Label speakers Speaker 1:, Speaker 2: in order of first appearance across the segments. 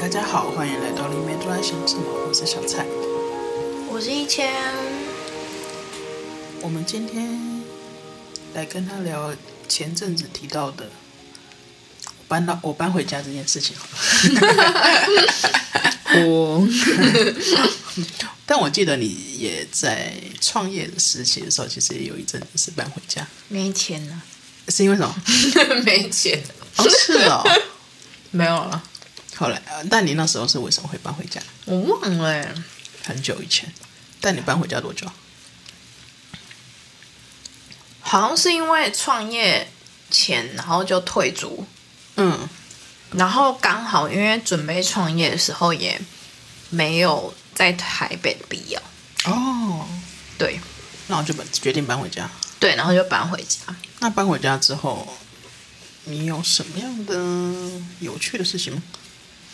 Speaker 1: 大家好，欢迎来到《里面都在想什么》，我是小蔡。
Speaker 2: 我是一千，
Speaker 1: 我们今天来跟他聊前阵子提到的搬到我搬回家这件事情好了。我，但我记得你也在创业的时期的时候，其实也有一阵子是搬回家，
Speaker 2: 没钱了，
Speaker 1: 是因为什么？
Speaker 2: 没钱，
Speaker 1: 哦，是哦。
Speaker 2: 没有了，
Speaker 1: 后来，呃但你那时候是为什么会搬回家？
Speaker 2: 我忘了欸、
Speaker 1: 很久以前。但你搬回家多久？啊
Speaker 2: 好像是因为创业前，然后就退租，
Speaker 1: 嗯
Speaker 2: 然后刚好因为准备创业的时候也没有在台北的必要，
Speaker 1: 哦，
Speaker 2: 对
Speaker 1: 那我就本决定搬回家。
Speaker 2: 对，然后就搬回家。
Speaker 1: 那搬回家之后，你有什么样的有趣的事情吗？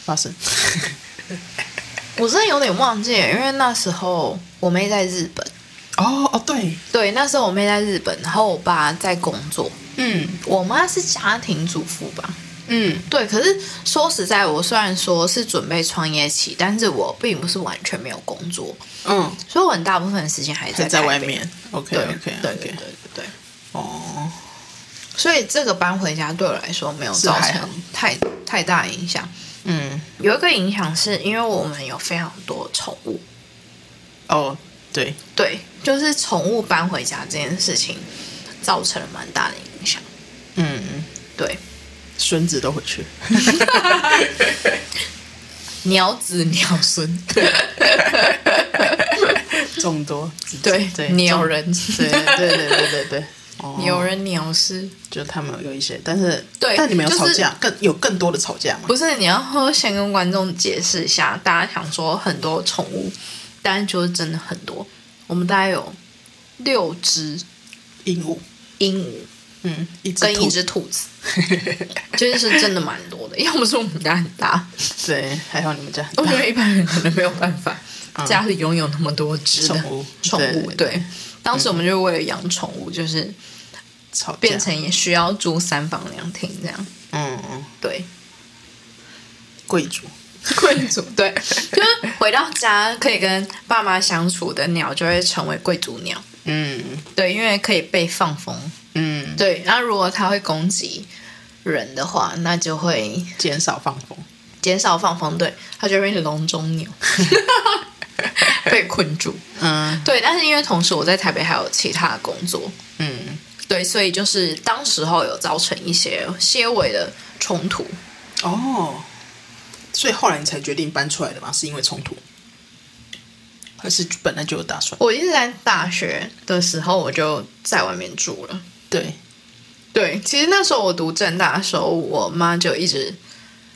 Speaker 1: 发生？
Speaker 2: 我真的有点忘记了，因为那时候我妹在日本，
Speaker 1: 哦哦，对，
Speaker 2: 对，那时候我妹在日本，然后我爸在工作，
Speaker 1: 嗯
Speaker 2: 我妈是家庭主妇吧，
Speaker 1: 嗯
Speaker 2: 对，可是说实在，我虽然说是准备创业期，但是我并不是完全没有工作，
Speaker 1: 嗯，
Speaker 2: 所以我很大部分的时间还是
Speaker 1: 还
Speaker 2: 在
Speaker 1: 在
Speaker 2: 台
Speaker 1: 外
Speaker 2: 北。
Speaker 1: 面。OK
Speaker 2: 对
Speaker 1: OK
Speaker 2: 对对对
Speaker 1: OK，
Speaker 2: 对对。
Speaker 1: 哦，
Speaker 2: 所以这个搬回家对我来说没有
Speaker 1: 是
Speaker 2: 造
Speaker 1: 还好
Speaker 2: 成太太大影响。
Speaker 1: 嗯
Speaker 2: 有一个影响是因为我们有非常多宠物，
Speaker 1: 哦，对，
Speaker 2: 对，就是宠物搬回家这件事情造成了蛮大的影响。
Speaker 1: 嗯，
Speaker 2: 对，
Speaker 1: 孙子都回 去，
Speaker 2: 鸟子鸟孙，
Speaker 1: 众多子
Speaker 2: 对
Speaker 1: 对
Speaker 2: 鸟
Speaker 1: 众
Speaker 2: 人，
Speaker 1: 对对对对对 对。哦
Speaker 2: 鸟人鸟师。
Speaker 1: 就他们有一些，但是
Speaker 2: 对
Speaker 1: 但你们有
Speaker 2: 就
Speaker 1: 吵
Speaker 2: 是
Speaker 1: 架，更有更多的吵架吗？
Speaker 2: 不是，你要先跟观众解释一下，大家想说很多宠物，但就是真的很多。我们大概有六只
Speaker 1: 鹦鹉，
Speaker 2: 鹦鹉
Speaker 1: 嗯，一只
Speaker 2: 跟
Speaker 1: 兔
Speaker 2: 一只兔子，就是是真的蛮多的。要 不是我们家很大，
Speaker 1: 对，还好你们家很
Speaker 2: 我觉
Speaker 1: 大
Speaker 2: 得一般人可能没有办法
Speaker 1: 嗯
Speaker 2: 家里拥有那么多只的
Speaker 1: 宠物
Speaker 2: 宠
Speaker 1: 对
Speaker 2: 物。对，当时我们就为了养宠物，就是
Speaker 1: 吵架，
Speaker 2: 变成也需要住三房两厅这样。
Speaker 1: 嗯嗯
Speaker 2: 对，
Speaker 1: 贵族，
Speaker 2: 贵族，对，就是回到家可以跟爸妈相处的鸟，就会成为贵族鸟。
Speaker 1: 嗯
Speaker 2: 对，因为可以被放风。
Speaker 1: 嗯，
Speaker 2: 对，那如果它会攻击人的话，那就会
Speaker 1: 减少放风。
Speaker 2: 减少放风，对，它就会变成笼中鸟，被困住。
Speaker 1: 嗯
Speaker 2: 对，但是因为同时我在台北还有其他的工作，
Speaker 1: 嗯，
Speaker 2: 对，所以就是当时候有造成一些些微的冲突。
Speaker 1: 哦，所以后来你才决定搬出来的吗？是因为冲突，还是本来就有打算？
Speaker 2: 我一直在大学的时候我就在外面住了。
Speaker 1: 对，
Speaker 2: 对，其实那时候我读正大的时候，我妈就一直，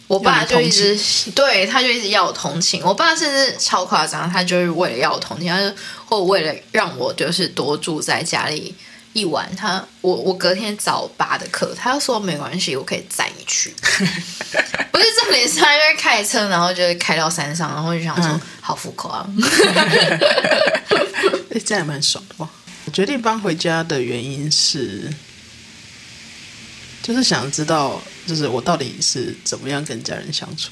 Speaker 2: 我爸就一直，对，他就一直要我同情。我爸甚至超夸张，他就是为了要我同情，他就或为了让我就是多住在家里一晚，他我我隔天早八的课，他就说没关系，我可以载 你去。不是重点是，他就会开车，然后就是开到山上，然后就想说、
Speaker 1: 嗯
Speaker 2: 好浮 夸、啊，
Speaker 1: 哎，这样也蛮爽的哇！我决定搬回家的原因是，就是想知道，就是我到底是怎么样跟家人相处，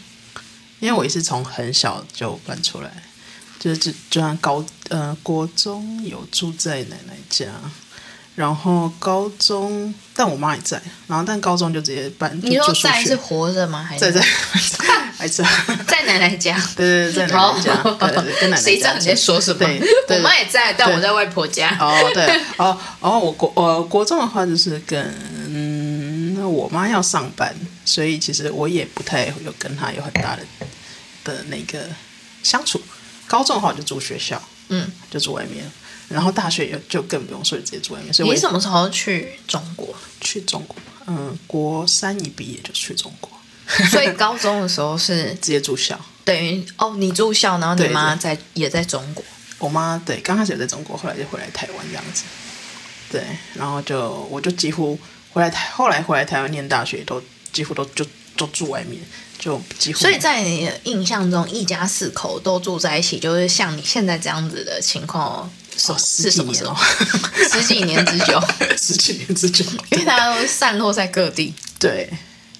Speaker 1: 因为我也是从很小就搬出来，就是就就像高呃国中有住在奶奶家。然后高中，但我妈也在。然后，但高中就直接搬，就
Speaker 2: 你说
Speaker 1: 住宿
Speaker 2: 在是
Speaker 1: 学，
Speaker 2: 活着吗？还
Speaker 1: 在
Speaker 2: 是
Speaker 1: 在还在，
Speaker 2: 在奶奶家？
Speaker 1: 对对对，在奶奶家，
Speaker 2: 哦
Speaker 1: 对对对，跟奶奶家住。
Speaker 2: 谁知道你在说什么？
Speaker 1: 对对对
Speaker 2: 我妈也在，但
Speaker 1: 对
Speaker 2: 我在外婆家。
Speaker 1: 哦，对，哦，哦，我国呃国中的话就是跟嗯我妈要上班，所以其实我也不太有跟她有很大的的那个相处。高中的话我就住学校，
Speaker 2: 嗯，
Speaker 1: 就住外面，然后大学也就更不用说，直接住外面。所以我
Speaker 2: 你
Speaker 1: 也
Speaker 2: 什么时候去中 国？
Speaker 1: 去中国，嗯，国三一毕业就去中国，
Speaker 2: 所以高中的时候是
Speaker 1: 直接住校。
Speaker 2: 等于哦，你住校，然后你
Speaker 1: 对
Speaker 2: 妈在也在中国。
Speaker 1: 我妈对刚开始有在中国，后来就回来台湾这样子。对，然后就我就几乎回来台，后来回来台湾念大学都几乎都就都住外面，就几乎
Speaker 2: 所以在你的印象中，一家四口都住在一起，就是像你现在这样子的情况，是、
Speaker 1: 哦十几
Speaker 2: 是什么
Speaker 1: 年
Speaker 2: 时
Speaker 1: 哦
Speaker 2: 候？， 十几年之久，
Speaker 1: 十几年之久，
Speaker 2: 因为大家都散落在各地。
Speaker 1: 对，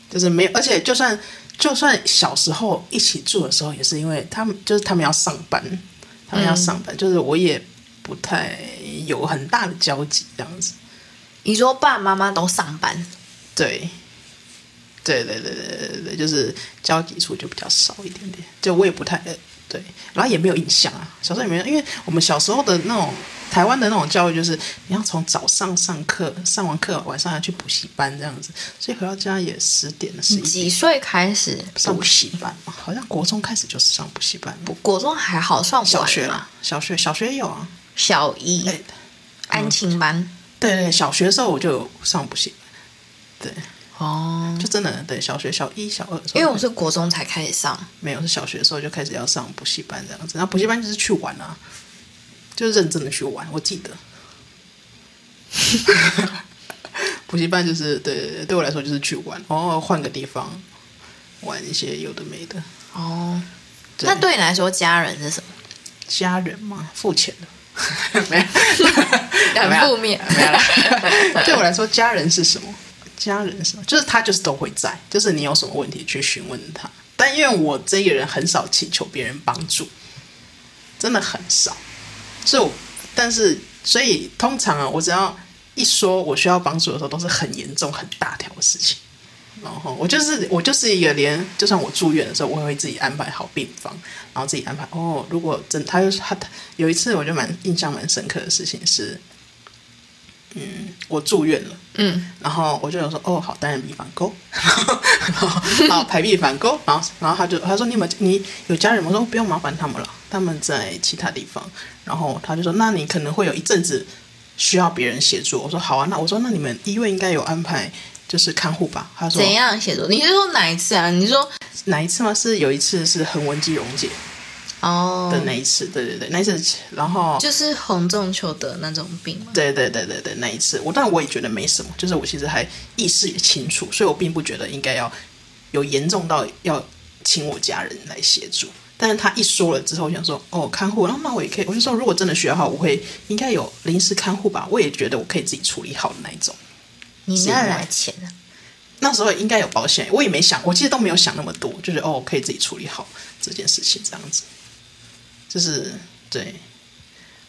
Speaker 1: 就是没有，而且就算就算小时候一起住的时候，也是因为他们就是他们要上班，他们
Speaker 2: 嗯
Speaker 1: 要上班，就是我也不太有很大的交集这样子。
Speaker 2: 你说爸爸妈妈都上班，
Speaker 1: 对，对对对对对对对，就是交集处就比较少一点点，就我也不太呃对，然后也没有印象啊，小时候也没有，因为我们小时候的那种台湾的那种教育，就是你要从早上上课，上完课晚上要去补习班这样子，所以回到家也十点了，十一点
Speaker 2: 几岁开始
Speaker 1: 上补习班嘛，好像国中开始就是上补习班嘛，
Speaker 2: 国中还好算晚啊嗯
Speaker 1: 小学
Speaker 2: 啦，
Speaker 1: 啦，小学小学也有啊，
Speaker 2: 小一、
Speaker 1: 哎，
Speaker 2: 安亲班
Speaker 1: 对对，对小学的时候我就有上补习班，对，
Speaker 2: 哦，
Speaker 1: 就真的对小学小一小二的时候，
Speaker 2: 因为我是国中才开始上，
Speaker 1: 没有，是小学的时候就开始要上补习班这样子。然后补习班就是去玩啊，就是认真的去玩。我记得， 补习班就是对对我来说就是去玩，然后换个地方玩一些有的没的。
Speaker 2: 哦，那对你来说家人是什么？
Speaker 1: 家人嘛，付钱的。 没有，
Speaker 2: 很负面
Speaker 1: 没有啦。 对我来说，家人是什么？家人是什么？就是他就是都会在，就是你有什么问题去询问他。但因为我这个人很少请求别人帮助，真的很少。所以我，但是所以通常啊，我只要一说我需要帮助的时候，都是很严重、很大条的事情。然后我就是我就是一个连，就算我住院的时候，我也会自己安排好病房，然后自己安排。哦，如果真他就是他他有一次，我就蛮印象蛮深刻的事情是，嗯，我住院了，
Speaker 2: 嗯，
Speaker 1: 然后我就有说，哦，好，单人笔反勾，然后 然后排比反勾，然后然后他就他说你有没有你有家人吗？我说哦不用麻烦他们了，他们在其他地方。然后他就说，那你可能会有一阵子需要别人协助。我说好啊，那我说那你们医院应该有安排就是看护吧？他说
Speaker 2: 怎样写作？你是说哪一次啊？你说
Speaker 1: 哪一次吗？是有一次是横纹肌溶解
Speaker 2: 哦，
Speaker 1: 的那一次，对对对，那一次，然后
Speaker 2: 就是红中求得那种病吗？
Speaker 1: 对对对对对那一次，我但我也觉得没什么，就是我其实还意识清楚，所以我并不觉得应该要有严重到要请我家人来协助。但是他一说了之后，我想说哦，看护，那那我也可以，我就说如果真的需要的话，我会应该有临时看护吧，我也觉得我可以自己处理好的那一种。
Speaker 2: 你
Speaker 1: 是
Speaker 2: 哪
Speaker 1: 吗
Speaker 2: 来钱啊？
Speaker 1: 那时候应该有保险，我也没想，我其实都没有想那么多，就是哦，可以自己处理好这件事情，这样子，就是对。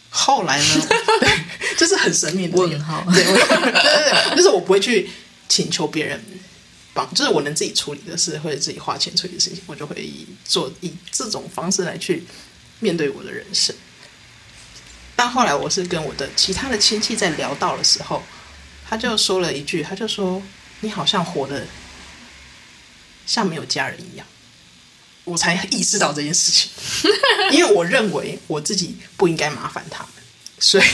Speaker 1: 后来呢，对，就是很神秘的一个
Speaker 2: 问号
Speaker 1: 对，我对对对，就是我不会去请求别人帮，就是我能自己处理的事，或者自己花钱处理的事情，我就会以做以这种方式来去面对我的人生。但后来我是跟我的其他的亲戚在聊到的时候，他就说了一句，他就说：“你好像活得像没有家人一样。”我才意识到这件事情，因为我认为我自己不应该麻烦他们，所以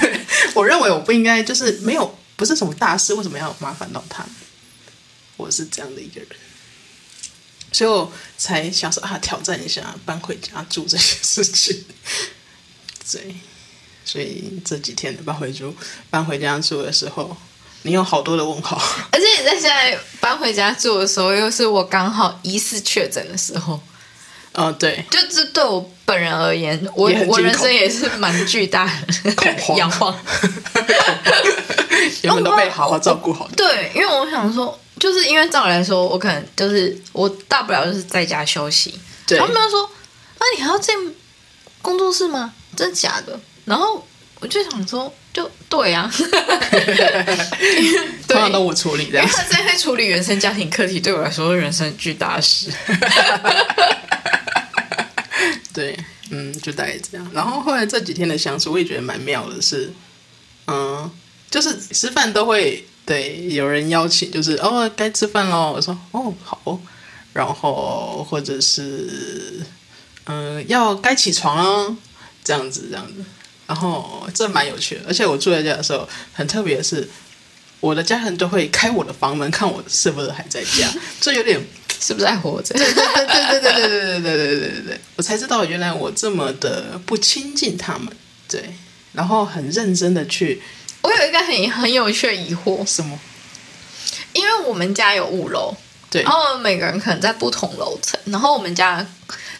Speaker 1: 对 我认为我不应该就是没有不是什么大事，为什么要麻烦到他们？我是这样的一个人，所以我才想说啊，挑战一下搬回家住这件事情。对，所以这几天的搬回住搬回家住的时候，你有好多的问号。
Speaker 2: 而且你在现在搬回家住的时候，又是我刚好疑似确诊的时候，
Speaker 1: 呃，对，
Speaker 2: 就这对我本人而言，我
Speaker 1: 也很惊恐
Speaker 2: 我人生也是蛮巨大 的
Speaker 1: 恐慌
Speaker 2: 摇晃。
Speaker 1: 原本都被好好照顾好的，
Speaker 2: 对，因为我想说，就是因为照理来说，我可能就是我大不了就是在家休息。
Speaker 1: 对
Speaker 2: 他们就说：“啊，你还要进工作室吗？真假的？”然后我就想说，就 对啊，
Speaker 1: 通常都我处理这
Speaker 2: 因
Speaker 1: 样
Speaker 2: 为。他在处理原生家庭课题，对我来说是人生巨大的事。
Speaker 1: 对，嗯，就大概这样。然后后来这几天的相处，我也觉得蛮妙的是，嗯，就是吃饭都会对有人邀请，就是哦该吃饭喽，我说哦好哦，然后或者是嗯要该起床了，这样子这样子。然后这蛮有趣的，而且我住在家的时候很特别的是，我的家人都会开我的房门看我是不是还在家， 这有点
Speaker 2: 是不是还活着？
Speaker 1: 对对对对对对对对对对对对对，我才知道原来我这么的不亲近他们，对，然后很认真的去
Speaker 2: 我有一个很很有趣的疑惑，
Speaker 1: 什么，
Speaker 2: 因为我们家有五楼，
Speaker 1: 对
Speaker 2: 然，后每个人可能在不同楼层，然后我们家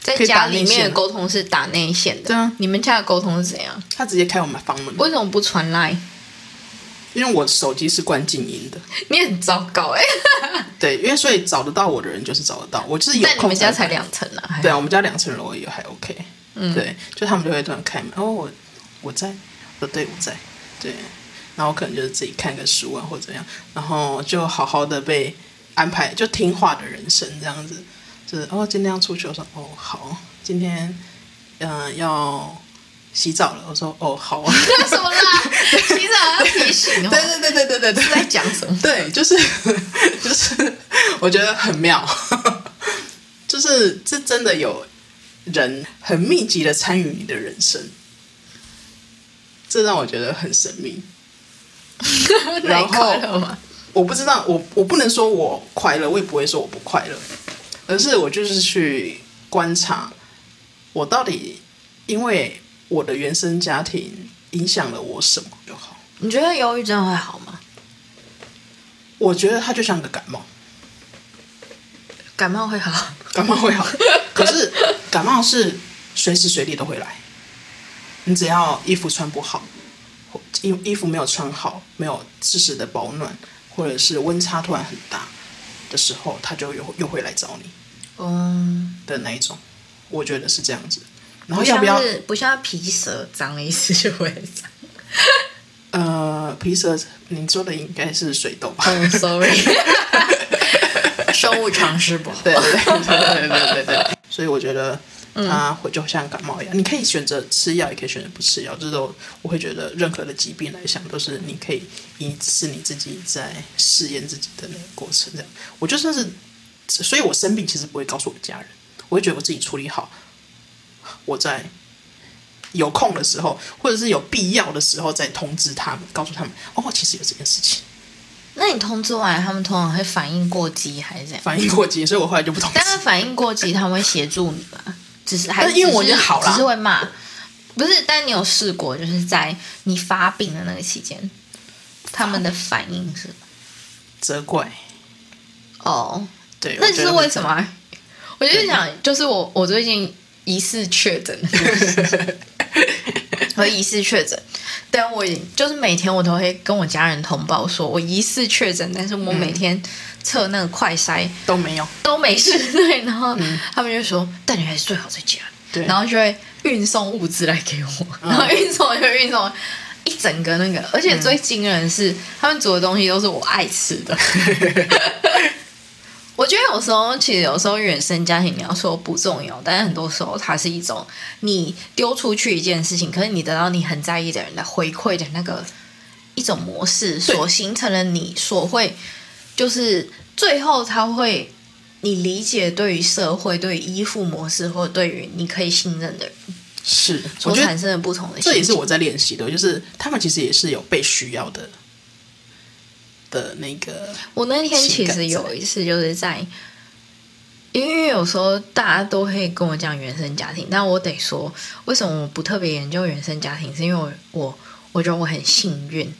Speaker 2: 在
Speaker 1: 可以打
Speaker 2: 家
Speaker 1: 内
Speaker 2: 里面
Speaker 1: 线
Speaker 2: 的
Speaker 1: 吗
Speaker 2: 沟通是打内线的。
Speaker 1: 对啊
Speaker 2: 你们家的沟通是怎样？
Speaker 1: 他直接开我们房门，
Speaker 2: 为什么不传 line？
Speaker 1: 因为我手机是关静音的，
Speaker 2: 你很糟糕哎、
Speaker 1: 对，因为所以找得到我的人就是找得到，我 就是有
Speaker 2: 但你
Speaker 1: 空
Speaker 2: 们家才
Speaker 1: 拍
Speaker 2: 两层啊，还
Speaker 1: 对啊，我们家两层楼也还 OK，、
Speaker 2: 嗯
Speaker 1: 对，就他们就会突然开门，哦，我我在，我说对我在，对，然后可能就是自己看个书啊或者怎样，然后就好好的被安排，就听话的人生这样子，就是哦今天要出去，我说哦好，今天嗯、呃要洗澡了，我说哦好啊，
Speaker 2: 什么啦？洗澡要提醒
Speaker 1: 对
Speaker 2: 哦，
Speaker 1: 对对对对对对，
Speaker 2: 在讲什么？
Speaker 1: 对，就是就是，我觉得很妙，就是这真的有人很密集的参与你的人生，这让我觉得很神秘。
Speaker 2: 那你快乐 吗？
Speaker 1: 我不知道，我我不能说我快乐，我也不会说我不快乐，而是我就是去观察我到底因为我的原生家庭影响了我什么就好。
Speaker 2: 你觉得忧郁症会好吗？
Speaker 1: 我觉得它就像个感冒。
Speaker 2: 感冒 会好？
Speaker 1: 感冒 会好，可是感冒是随时随地都会来。你只要衣服穿不好，或衣衣服没有穿好，没有适时的保暖，或者是温差突然很大的时候，它就又又会来找你
Speaker 2: 嗯，
Speaker 1: 的那一种。我觉得是这样子。然
Speaker 2: 不
Speaker 1: 后要
Speaker 2: 像
Speaker 1: 不要
Speaker 2: 是不像皮蛇脏了一次就会 脏。
Speaker 1: 呃皮蛇？你说的应该是水痘吧？
Speaker 2: 嗯，sorry，生物常识 不好。
Speaker 1: 对对对对对对对。所以我觉得它会就像感冒一样，你可以选择吃药，也可以选择不吃药。这都我会觉得任何的疾病来讲，都是你可以一是你自己在试验自己的那个过程。这样，我就算是，所以我生病其实不会告诉我家人，我会觉得我自己处理好，我在。有空的时候，或者是有必要的时候，再通知他们，告诉他们哦，其实有这件事情，
Speaker 2: 那你通知完，他们通常会反应过激还是怎样？
Speaker 1: 反应过激，所以我后来就不通知
Speaker 2: 但。是反应过激，他们会协助你吧？只是还
Speaker 1: 但是因为我已经好了
Speaker 2: 只是会骂。不是，但你有试过，就是在你发病的那个期间，他们的反应是
Speaker 1: 责怪，
Speaker 2: 哦，
Speaker 1: 对，
Speaker 2: 那
Speaker 1: 我
Speaker 2: 就
Speaker 1: 觉
Speaker 2: 是
Speaker 1: 得
Speaker 2: 为什么啊？我就是想，就是我我最近疑似确 诊，我疑似确诊，但我也就是每天我都会跟我家人通报说我疑似确诊，但是我
Speaker 1: 嗯
Speaker 2: 每天测那个快筛。
Speaker 1: 都没有。
Speaker 2: 都没事，对，然后他们就说，但你还是最好在家，
Speaker 1: 对
Speaker 2: 然后就会运送物资来给我，然后运送就运送一整个那个，而且最惊人的是，他们煮的东西都是我爱吃的。我觉得有时候，其实有时候原生家庭你要说不重要，但是很多时候它是一种你丢出去一件事情，可是你得到你很在意的人的回馈的那个一种模式，所形成了你所会，就是最后它会你理解对于社会、对于依附模式，或者对于你可以信任的人
Speaker 1: 是，我
Speaker 2: 所
Speaker 1: 觉得
Speaker 2: 产生的不同的心情，
Speaker 1: 这也是我在练习的，就是他们其实也是有被需要的的那个，
Speaker 2: 我那天其实有一次就是在，因为有时候大家都会跟我讲原生家庭，但我得说，为什么我不特别研究原生家庭，是因为我我我觉得我很幸运，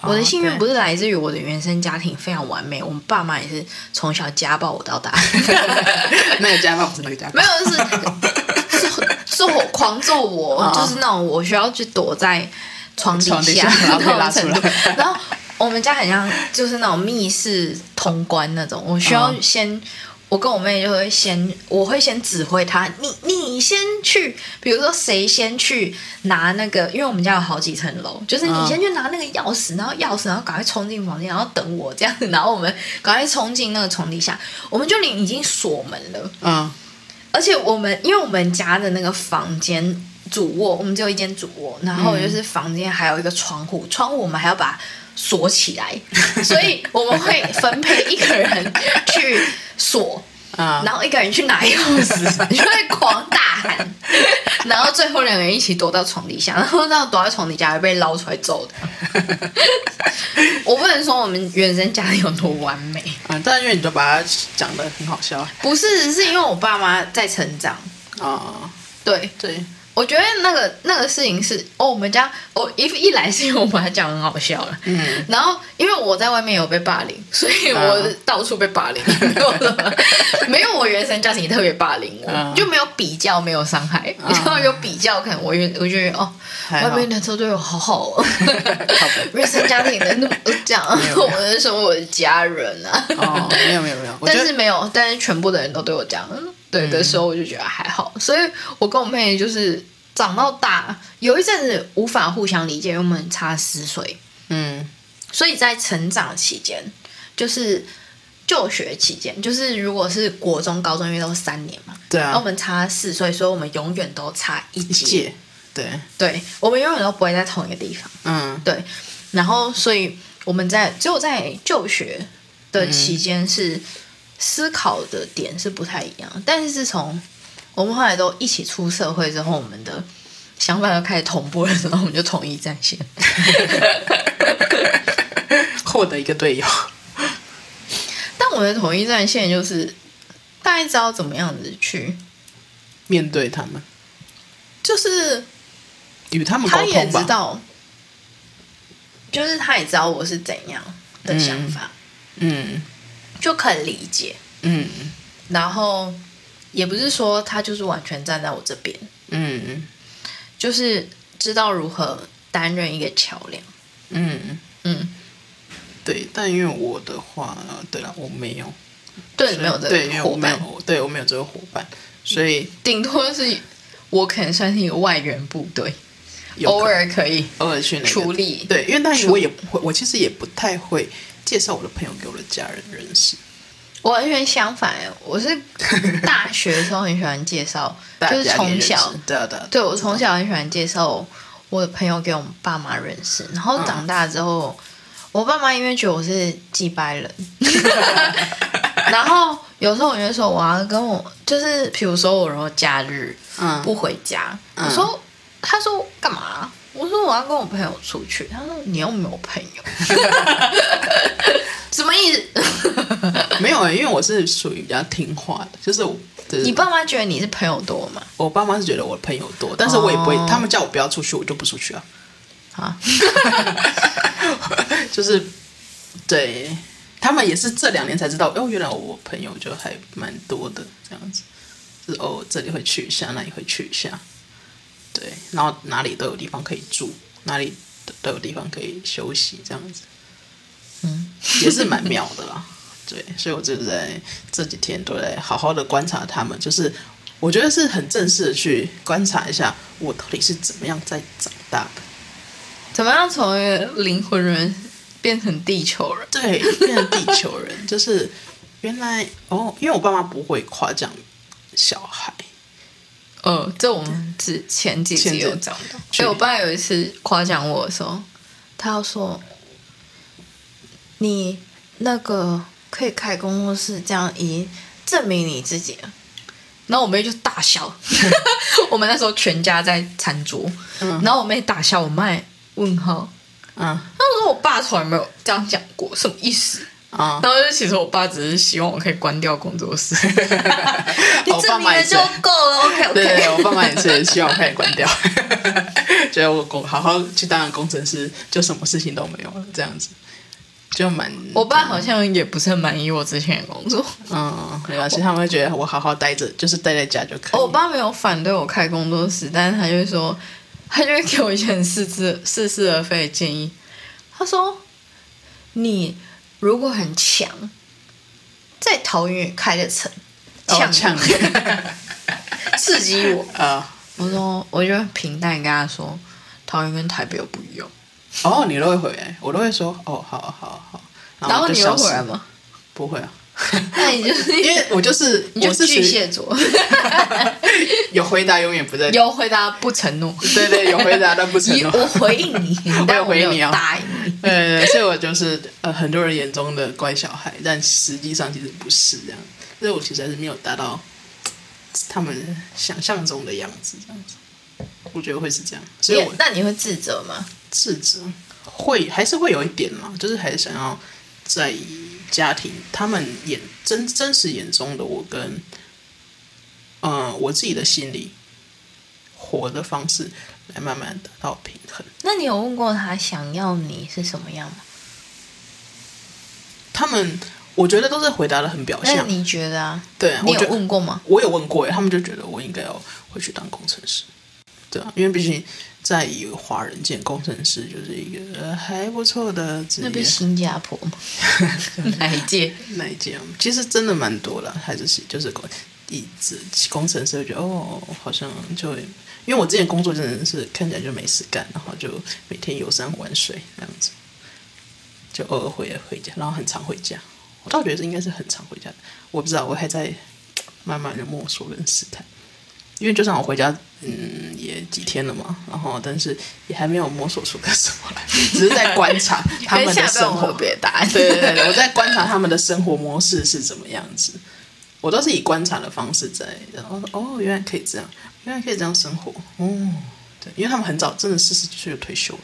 Speaker 2: 我的幸运不
Speaker 1: 是
Speaker 2: 是来自于我的原生家庭非常完美，我们爸妈也是从小家暴我到大，
Speaker 1: 那个家暴，不是那个家 暴
Speaker 2: 没，有就是揍揍狂揍我，
Speaker 1: 哦
Speaker 2: 就是那种我需要去躲在床底
Speaker 1: 床底下
Speaker 2: 那
Speaker 1: 然后被拉
Speaker 2: 种
Speaker 1: 出
Speaker 2: 程度
Speaker 1: 来。
Speaker 2: 然后我们家很像就是那种密室通关那种，我需要
Speaker 1: 嗯
Speaker 2: 先。我跟我妹就会先，我会先指挥她，你你先去，比如说谁先去拿那个，因为我们家有好几层楼，就是你
Speaker 1: 嗯
Speaker 2: 先去拿那个钥匙，然后钥匙，然后赶快冲进房间，然后等我这样子，然后我们赶快冲进那个床底下，我们就已经锁门了，
Speaker 1: 嗯，
Speaker 2: 而且我们因为我们家的那个房间主卧，我们只有一间主卧，然后就是房间还有一个窗户，窗户我们还要把它锁起来，所以我们会分配一个人去锁。
Speaker 1: 啊
Speaker 2: 然后一个人去拿钥匙，你就会狂大喊，然后最后两个人一起躲到床底下，然后那躲到床底下还被捞出来揍的。我不能说我们原生家庭有多完美，
Speaker 1: 啊，但因为你都把它讲的很好笑啊、
Speaker 2: 不是，是因为我爸妈在成长，对，
Speaker 1: 啊对，
Speaker 2: 我觉得那个那个事情是哦，我们家哦一一来是因为我把它讲很好笑了，
Speaker 1: 嗯，
Speaker 2: 然后因为我在外面有被霸凌，所以我
Speaker 1: 嗯
Speaker 2: 到处被霸凌，没有了没有我原生家庭特别霸凌我，
Speaker 1: 嗯
Speaker 2: 就没有比较，没有伤害，
Speaker 1: 嗯
Speaker 2: 然后有比较，可能我觉我觉得哦，
Speaker 1: 还
Speaker 2: 外
Speaker 1: 好
Speaker 2: 面的都对我好好 哦，
Speaker 1: 北
Speaker 2: 原生家庭的那么这样，
Speaker 1: 没有没有
Speaker 2: 我是说我的家人啊，
Speaker 1: 哦，没有没有没有，我觉
Speaker 2: 但
Speaker 1: 得嗯
Speaker 2: 是没有，但是全部的人都对我这样，对的时候，我就觉得还好。所以我跟我妹就是长到大，有一阵子无法互相理解，因为我们差十岁，
Speaker 1: 嗯
Speaker 2: 所以在成长期间，就是就学期间，就是如果是国中、高中，因为都是三年嘛，
Speaker 1: 对
Speaker 2: 然
Speaker 1: 啊
Speaker 2: 后我，们差四岁，所以我们永远都差一
Speaker 1: 一
Speaker 2: 届，
Speaker 1: 届对，
Speaker 2: 对我们永远都不会在同一个地方。
Speaker 1: 嗯
Speaker 2: 对，然后所以我们在只有在就学的
Speaker 1: 嗯
Speaker 2: 期间是思考的点是不太一样，但是自从我们后来都一起出社会之后，我们的想法都开始同步了，然后我们就统一战线。
Speaker 1: 获得一个队友，
Speaker 2: 但我的统一战线就是大概知道怎么样子去，
Speaker 1: 面对他们，
Speaker 2: 就是
Speaker 1: 与他们沟
Speaker 2: 他也
Speaker 1: 通
Speaker 2: 知
Speaker 1: 吧，
Speaker 2: 道，就是他也知道我是怎样的想法，
Speaker 1: 嗯
Speaker 2: 就可以理解。
Speaker 1: 嗯
Speaker 2: 然后也不是说他就是完全站在我这边，
Speaker 1: 嗯
Speaker 2: 就是知道如何担任一个桥梁。
Speaker 1: 嗯，
Speaker 2: 嗯，
Speaker 1: 对，但因为我的话，对了，我没有，
Speaker 2: 对，没有这
Speaker 1: 对，因为
Speaker 2: 个
Speaker 1: 我
Speaker 2: 伙
Speaker 1: 没
Speaker 2: 伴，
Speaker 1: 有，对我没有这个伙伴，所以
Speaker 2: 顶多是我可能算是一个外援部队，
Speaker 1: 有
Speaker 2: 偶
Speaker 1: 可
Speaker 2: 尔可以
Speaker 1: 偶尔去那个
Speaker 2: 处理。
Speaker 1: 对，因为但
Speaker 2: 处
Speaker 1: 我也不会，我其实也不太会介绍我的朋友给我的家人认识。
Speaker 2: 我完全相反，我是大学的时候很喜欢介绍，
Speaker 1: 大
Speaker 2: 就是
Speaker 1: 家也
Speaker 2: 从
Speaker 1: 认识
Speaker 2: 小，
Speaker 1: 对啊对啊，
Speaker 2: 对我从小很喜欢介绍我的朋友给我们爸妈认识，然
Speaker 1: 嗯
Speaker 2: 后长大之后，我爸妈因为觉得我是祭拜 人，然后有时候我就说我要跟我就是，比如说我如果假日
Speaker 1: 嗯，
Speaker 2: 不回家，
Speaker 1: 嗯
Speaker 2: 我说他说干嘛？我说我要跟我朋友出去，他说你又没有朋 友，什么意思？
Speaker 1: 没有、欸，因为我是属于比较听话的，就是我，就是、
Speaker 2: 你爸妈觉得你是朋友多吗？
Speaker 1: 我爸妈是觉得我朋友多，但是我也不会，
Speaker 2: 哦
Speaker 1: 他们叫我不要出去，我就不出去啊。
Speaker 2: 啊，
Speaker 1: 就是对他们也是这两年才知道，哦，原来我朋友就还蛮多的这样子，就是哦这里会去一下，那里会去一下，对，然后哪里都有地方可以住，哪里都都有地方可以休息这样子，
Speaker 2: 嗯，
Speaker 1: 也是蛮妙的啦。对，所以我就在这几天都在好好的观察他们，就是我觉得是很正式的去观察一下我到底是怎么样在长大的。
Speaker 2: 怎么样从一个灵魂人变成地球人？
Speaker 1: 对，变成地球人， 就是原来哦，因为我爸妈不会夸奖小孩，
Speaker 2: 呃，这我们之前几集有讲到。
Speaker 1: 前几集
Speaker 2: 所以我爸有一次夸奖我的时候，他要说：“你那个可以开工作室，这样已经证明你自己了。”然后我妹就大 笑，我们那时候全家在餐桌，
Speaker 1: 嗯
Speaker 2: 然后我妹大笑，我妈也问号。
Speaker 1: 嗯
Speaker 2: 他说：“我爸从来没有这样讲过，什么意思？”
Speaker 1: 啊，
Speaker 2: 然后就其实我爸只是希望我可以关掉工 作室， 你
Speaker 1: 我爸
Speaker 2: 证明
Speaker 1: 妈也
Speaker 2: 了
Speaker 1: 是
Speaker 2: 就，够了。OK
Speaker 1: 对
Speaker 2: OK，
Speaker 1: 对对，我爸妈也是希望我快点关掉， 觉得我工好好去当个工程师，就什么事情都没有了，这样子就蛮
Speaker 2: 我爸好像也不是很满意我之前的工作。
Speaker 1: 嗯，没关系，他们会觉得我好好待着，就是待在家就可以。
Speaker 2: 哦我爸没有反对我开工作室，但是他就会说，他就会给我一些很似是似是而非的建议。他说：“你如果很强，在桃园也开得成，
Speaker 1: 哦
Speaker 2: 呛
Speaker 1: 呛
Speaker 2: 我刺激我。
Speaker 1: 啊，”
Speaker 2: 我说，我就很平淡地跟他说，桃园跟台北又不一样。
Speaker 1: 哦，你都会回来，我都会说哦，好好好，
Speaker 2: 然后
Speaker 1: 就
Speaker 2: 你
Speaker 1: 消
Speaker 2: 又回
Speaker 1: 失
Speaker 2: 来？吗？
Speaker 1: 不会啊，
Speaker 2: 那 你就是
Speaker 1: 因为我 就是
Speaker 2: 你就
Speaker 1: 我是属于
Speaker 2: 巨蟹座，
Speaker 1: 有回答永远不在。
Speaker 2: 有回答不承诺。
Speaker 1: 对对，有回答但不承
Speaker 2: 你
Speaker 1: 诺。
Speaker 2: 我回应 你，但我没
Speaker 1: 回应你
Speaker 2: 有
Speaker 1: 哦
Speaker 2: 答应你。
Speaker 1: 对对对，所以我就是呃很多人眼中的乖小孩，但实际上其实不是这样。所以我其实还是没有达到他们想象中的样子，这样子，我觉得会是这样。所以
Speaker 2: 你
Speaker 1: 我
Speaker 2: 那你会自责吗？
Speaker 1: 自责会还是会有一点嘛，就是还是想要在家庭他们眼真呃真实眼中的我跟，嗯、我自己的心理活的方式来慢慢得到平衡。
Speaker 2: 那你有问过他想要你是什么样吗？
Speaker 1: 他们我觉得都是回答的很表
Speaker 2: 那
Speaker 1: 象，
Speaker 2: 你觉得啊？
Speaker 1: 对啊，
Speaker 2: 你
Speaker 1: 我
Speaker 2: 有
Speaker 1: 觉得
Speaker 2: 问过吗？
Speaker 1: 我有问过耶，他们就觉得我应该要回去当工程师，对啊，因为毕竟在以华人界，工程师就是一个呃还不错的职
Speaker 2: 那不
Speaker 1: 业
Speaker 2: 是。新加坡 吗？哪一届？
Speaker 1: 那一届其实真的蛮多了，还是喜就是工一直工程师会觉得哦，好像就因为我之前工作真的是看起来就没事干，然后就每天游山玩水这样子，就偶尔回回家，然后很常回家。我倒觉得应该是很常回家的，我不知道，我还在嗯慢慢的摸索跟试探。因为就算我回家，嗯，也几天了嘛，然后但是也还没有摸索出个什么来，只是在观 察他们的生活。
Speaker 2: 别答案。
Speaker 1: 对对对对，我在观察他们的生活模式是怎么样子，我都是以观察的方式在，然后说哦，原来可以这样，原来可以这样生活，哦，对，因为他们很早，真的四十几岁就退休了，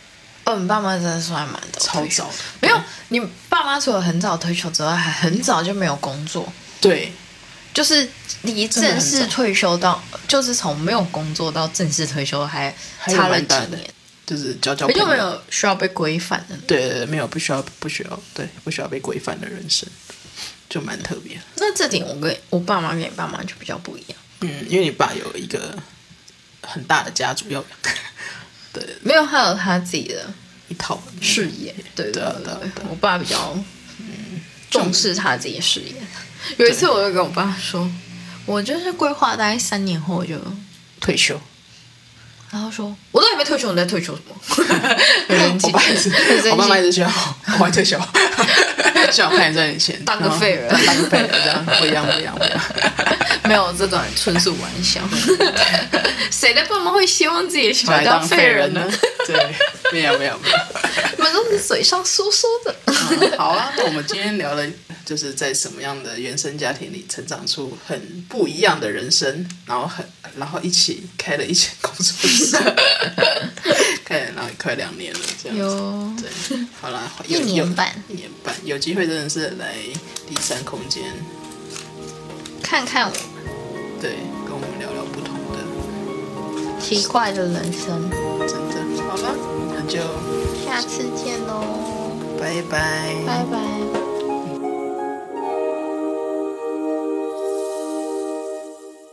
Speaker 2: 哦，你爸妈真的算蛮早
Speaker 1: 超
Speaker 2: 退休
Speaker 1: 早的，
Speaker 2: 没有，你爸妈除了很早退休之外，还很早就没有工作，
Speaker 1: 对，
Speaker 2: 就是离
Speaker 1: 真的
Speaker 2: 正
Speaker 1: 很
Speaker 2: 式
Speaker 1: 早
Speaker 2: 退休到，就是从没有工作到正式退休还
Speaker 1: 还有
Speaker 2: 差了
Speaker 1: 蛮
Speaker 2: 几
Speaker 1: 大的
Speaker 2: 年，
Speaker 1: 就是交交
Speaker 2: 也
Speaker 1: 朋
Speaker 2: 就没
Speaker 1: 友，
Speaker 2: 有需要被规范的。
Speaker 1: 对对对，没有不需要不需要对不需要被规范的人生，就蛮特别的，
Speaker 2: 那这点我跟我爸妈跟你爸妈就比较不一样，
Speaker 1: 嗯，因为你爸有一个很大的家族要 养，对，
Speaker 2: 没有他有他自己的
Speaker 1: 一套
Speaker 2: 事业，对
Speaker 1: 对
Speaker 2: 对
Speaker 1: 啊
Speaker 2: 对
Speaker 1: 对啊对啊嗯
Speaker 2: 我爸比较重视他自己的事业。有一次，我就跟我爸说，我就是规划大概三年后我就，
Speaker 1: 退休。
Speaker 2: 然后说我都还没退休，你在退休什 么？ 很生
Speaker 1: 我
Speaker 2: 气，
Speaker 1: 爸也 是
Speaker 2: 很，
Speaker 1: 我
Speaker 2: 生
Speaker 1: 爸妈也是希
Speaker 2: 气。
Speaker 1: 望我还退休， 希望我快点赚点钱，
Speaker 2: 当个废人
Speaker 1: 然后当个废人这样不一样，不一样，不一样。
Speaker 2: 没有这段纯属玩笑， 谁的爸妈会希望自己的小孩当
Speaker 1: 当
Speaker 2: 废人呢
Speaker 1: 呢？？ 对，没有，没有，没有。
Speaker 2: 我们都是嘴上说说的。
Speaker 1: 嗯好啊，那我们今天聊了，就是在什么样的原生家庭里成长出很不一样的人生，然后很，然后一起开了一间工作室， 开了然后快两年了，这样子。
Speaker 2: 有
Speaker 1: 对，好啦，
Speaker 2: 一
Speaker 1: 有
Speaker 2: 年
Speaker 1: 有
Speaker 2: 半
Speaker 1: 一年半，有机会真的是来第三空间，
Speaker 2: 看看我
Speaker 1: 对，跟我们聊聊不同的。
Speaker 2: 奇怪的人生，
Speaker 1: 真的，好吧，那就
Speaker 2: 下次见喽，
Speaker 1: 拜拜。
Speaker 2: 拜拜。